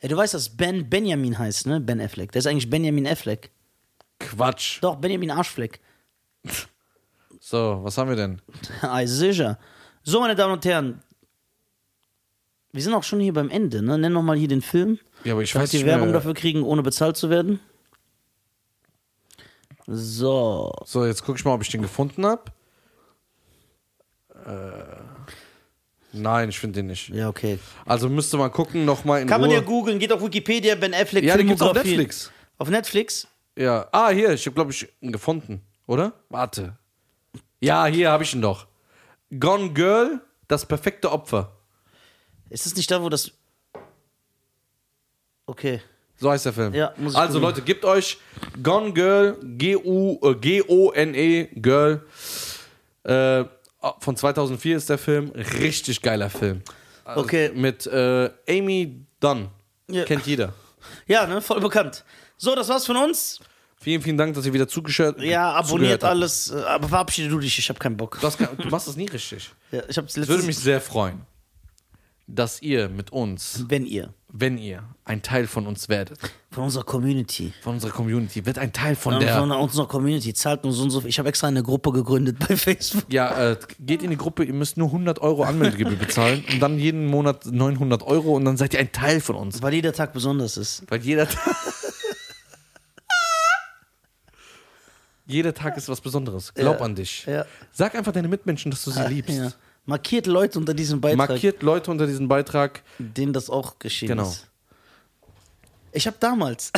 A: Ey, du weißt, dass Ben Benjamin heißt, ne? Ben Affleck. Der ist eigentlich Benjamin Affleck.
B: Quatsch.
A: Doch, Benjamin Arschfleck.
B: So, was haben wir denn?
A: Ei, sicher. So, meine Damen und Herren. Wir sind auch schon hier beim Ende, ne? Nenn nochmal hier den Film.
B: Ja, aber ich
A: Dass
B: weiß
A: die
B: nicht
A: Werbung
B: mehr.
A: dafür kriegen, ohne bezahlt zu werden. So.
B: So, jetzt gucke ich mal, ob ich den gefunden habe. Äh, nein, ich finde den nicht.
A: Ja, okay.
B: Also müsste man gucken, nochmal in
A: Kann man
B: Ruhe.
A: ja googeln, geht auf Wikipedia, Ben Affleck,
B: Ja, den gibt's auf
A: Filmografie.
B: Netflix.
A: Auf Netflix?
B: Ja. Ah, hier, ich habe, glaube ich, ihn gefunden, oder? Warte. Ja, hier habe ich ihn doch. Gone Girl, das perfekte Opfer.
A: Ist das nicht da, wo das. Okay.
B: So heißt der Film.
A: Ja, muss ich
B: also
A: gucken.
B: Leute, gebt euch Gone Girl, G-U, äh, G-O-N-E, Girl. Äh, von 2004 ist der Film. Richtig geiler Film. Also
A: Okay.
B: Mit äh, Amy Dunn.
A: Ja.
B: Kennt jeder.
A: Ja, ne? Voll bekannt. So, das war's von uns.
B: Vielen, vielen Dank, dass ihr wieder zugeschaut
A: Ja,
B: zugehört
A: abonniert
B: habt.
A: alles. äh, Aber verabschiede du dich, ich hab keinen Bock.
B: Du, hast, gar- du machst das nie richtig.
A: Ja, ich hab's
B: Es würde
A: letztes
B: mich sehr freuen, dass ihr mit uns,
A: Wenn ihr
B: wenn ihr ein Teil von uns werdet,
A: von unserer Community,
B: von unserer Community, wird ein Teil von
A: ja.
B: der.
A: von unserer Community zahlt uns so und so viel. Ich habe extra eine Gruppe gegründet bei Facebook.
B: Ja, äh, geht in die Gruppe, ihr müsst nur 100 Euro Anmeldegebühr bezahlen und dann jeden Monat 900 Euro und dann seid ihr ein Teil von uns.
A: Weil jeder Tag besonders ist.
B: Weil jeder Tag. jeder Tag ist was Besonderes. Glaub
A: Ja,
B: an dich.
A: ja. Ah,
B: Sag einfach deinen Mitmenschen, dass du sie liebst.
A: Ja. Markiert Leute unter diesem Beitrag,
B: Markiert Leute unter diesem Beitrag.
A: denen das auch geschehen
B: Genau.
A: ist. Ich habe damals,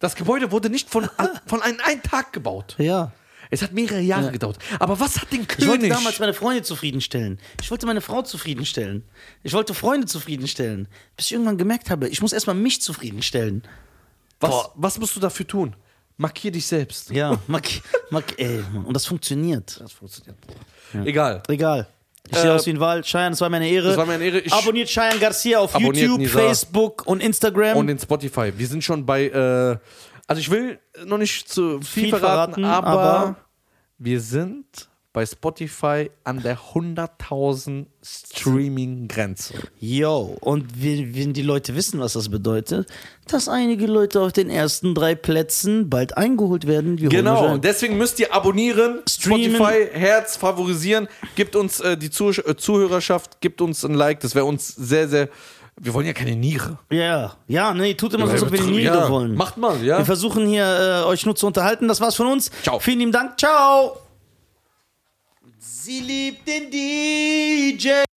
B: Das Gebäude wurde nicht von, von einem einen Tag gebaut.
A: ja,
B: Es hat mehrere Jahre gedauert. Aber was hat den
A: ich wollte
B: König?
A: damals meine Freunde zufriedenstellen. Ich wollte meine Frau zufriedenstellen. Ich wollte Freunde zufriedenstellen. Bis ich irgendwann gemerkt habe, ich muss erstmal mich zufriedenstellen.
B: was, was musst du dafür tun? Markier dich selbst.
A: Ja, mark, mark, ey, Mann. und das funktioniert.
B: Das funktioniert. Bruder. Egal.
A: Egal. Ich sehe aus wie ein Wal. Cheyenne, es war mir eine Ehre.
B: Äh, es war mir eine Ehre. Ich-
A: Abonniert Cheyenne Garcia auf
B: Abonniert
A: YouTube,
B: Nisa.
A: Facebook und Instagram.
B: Und in Spotify. Wir sind schon bei. Äh, also ich will noch nicht zu viel,
A: Viel
B: verraten,
A: verraten,
B: aber,
A: aber-
B: wir sind bei Spotify an der 100.000 Streaming-Grenze.
A: Yo, und wenn, wenn die Leute wissen, was das bedeutet, dass einige Leute auf den ersten drei Plätzen bald eingeholt werden. Wir holen euch
B: Genau,
A: ein.
B: deswegen müsst ihr abonnieren,
A: Streamen.
B: Spotify, Herz favorisieren, gibt uns äh, die Zuh äh, Zuhörerschaft, gibt uns ein Like, das wäre uns sehr, sehr. Wir wollen ja keine Niere.
A: Ja, ja, nee, tut immer so, als ob wir die Niere
B: Ja,
A: wollen.
B: Macht mal, ja.
A: Wir versuchen hier, äh, euch nur zu unterhalten. Das war's von uns.
B: Ciao.
A: Vielen lieben Dank. Ciao. Sie liebt den DJ.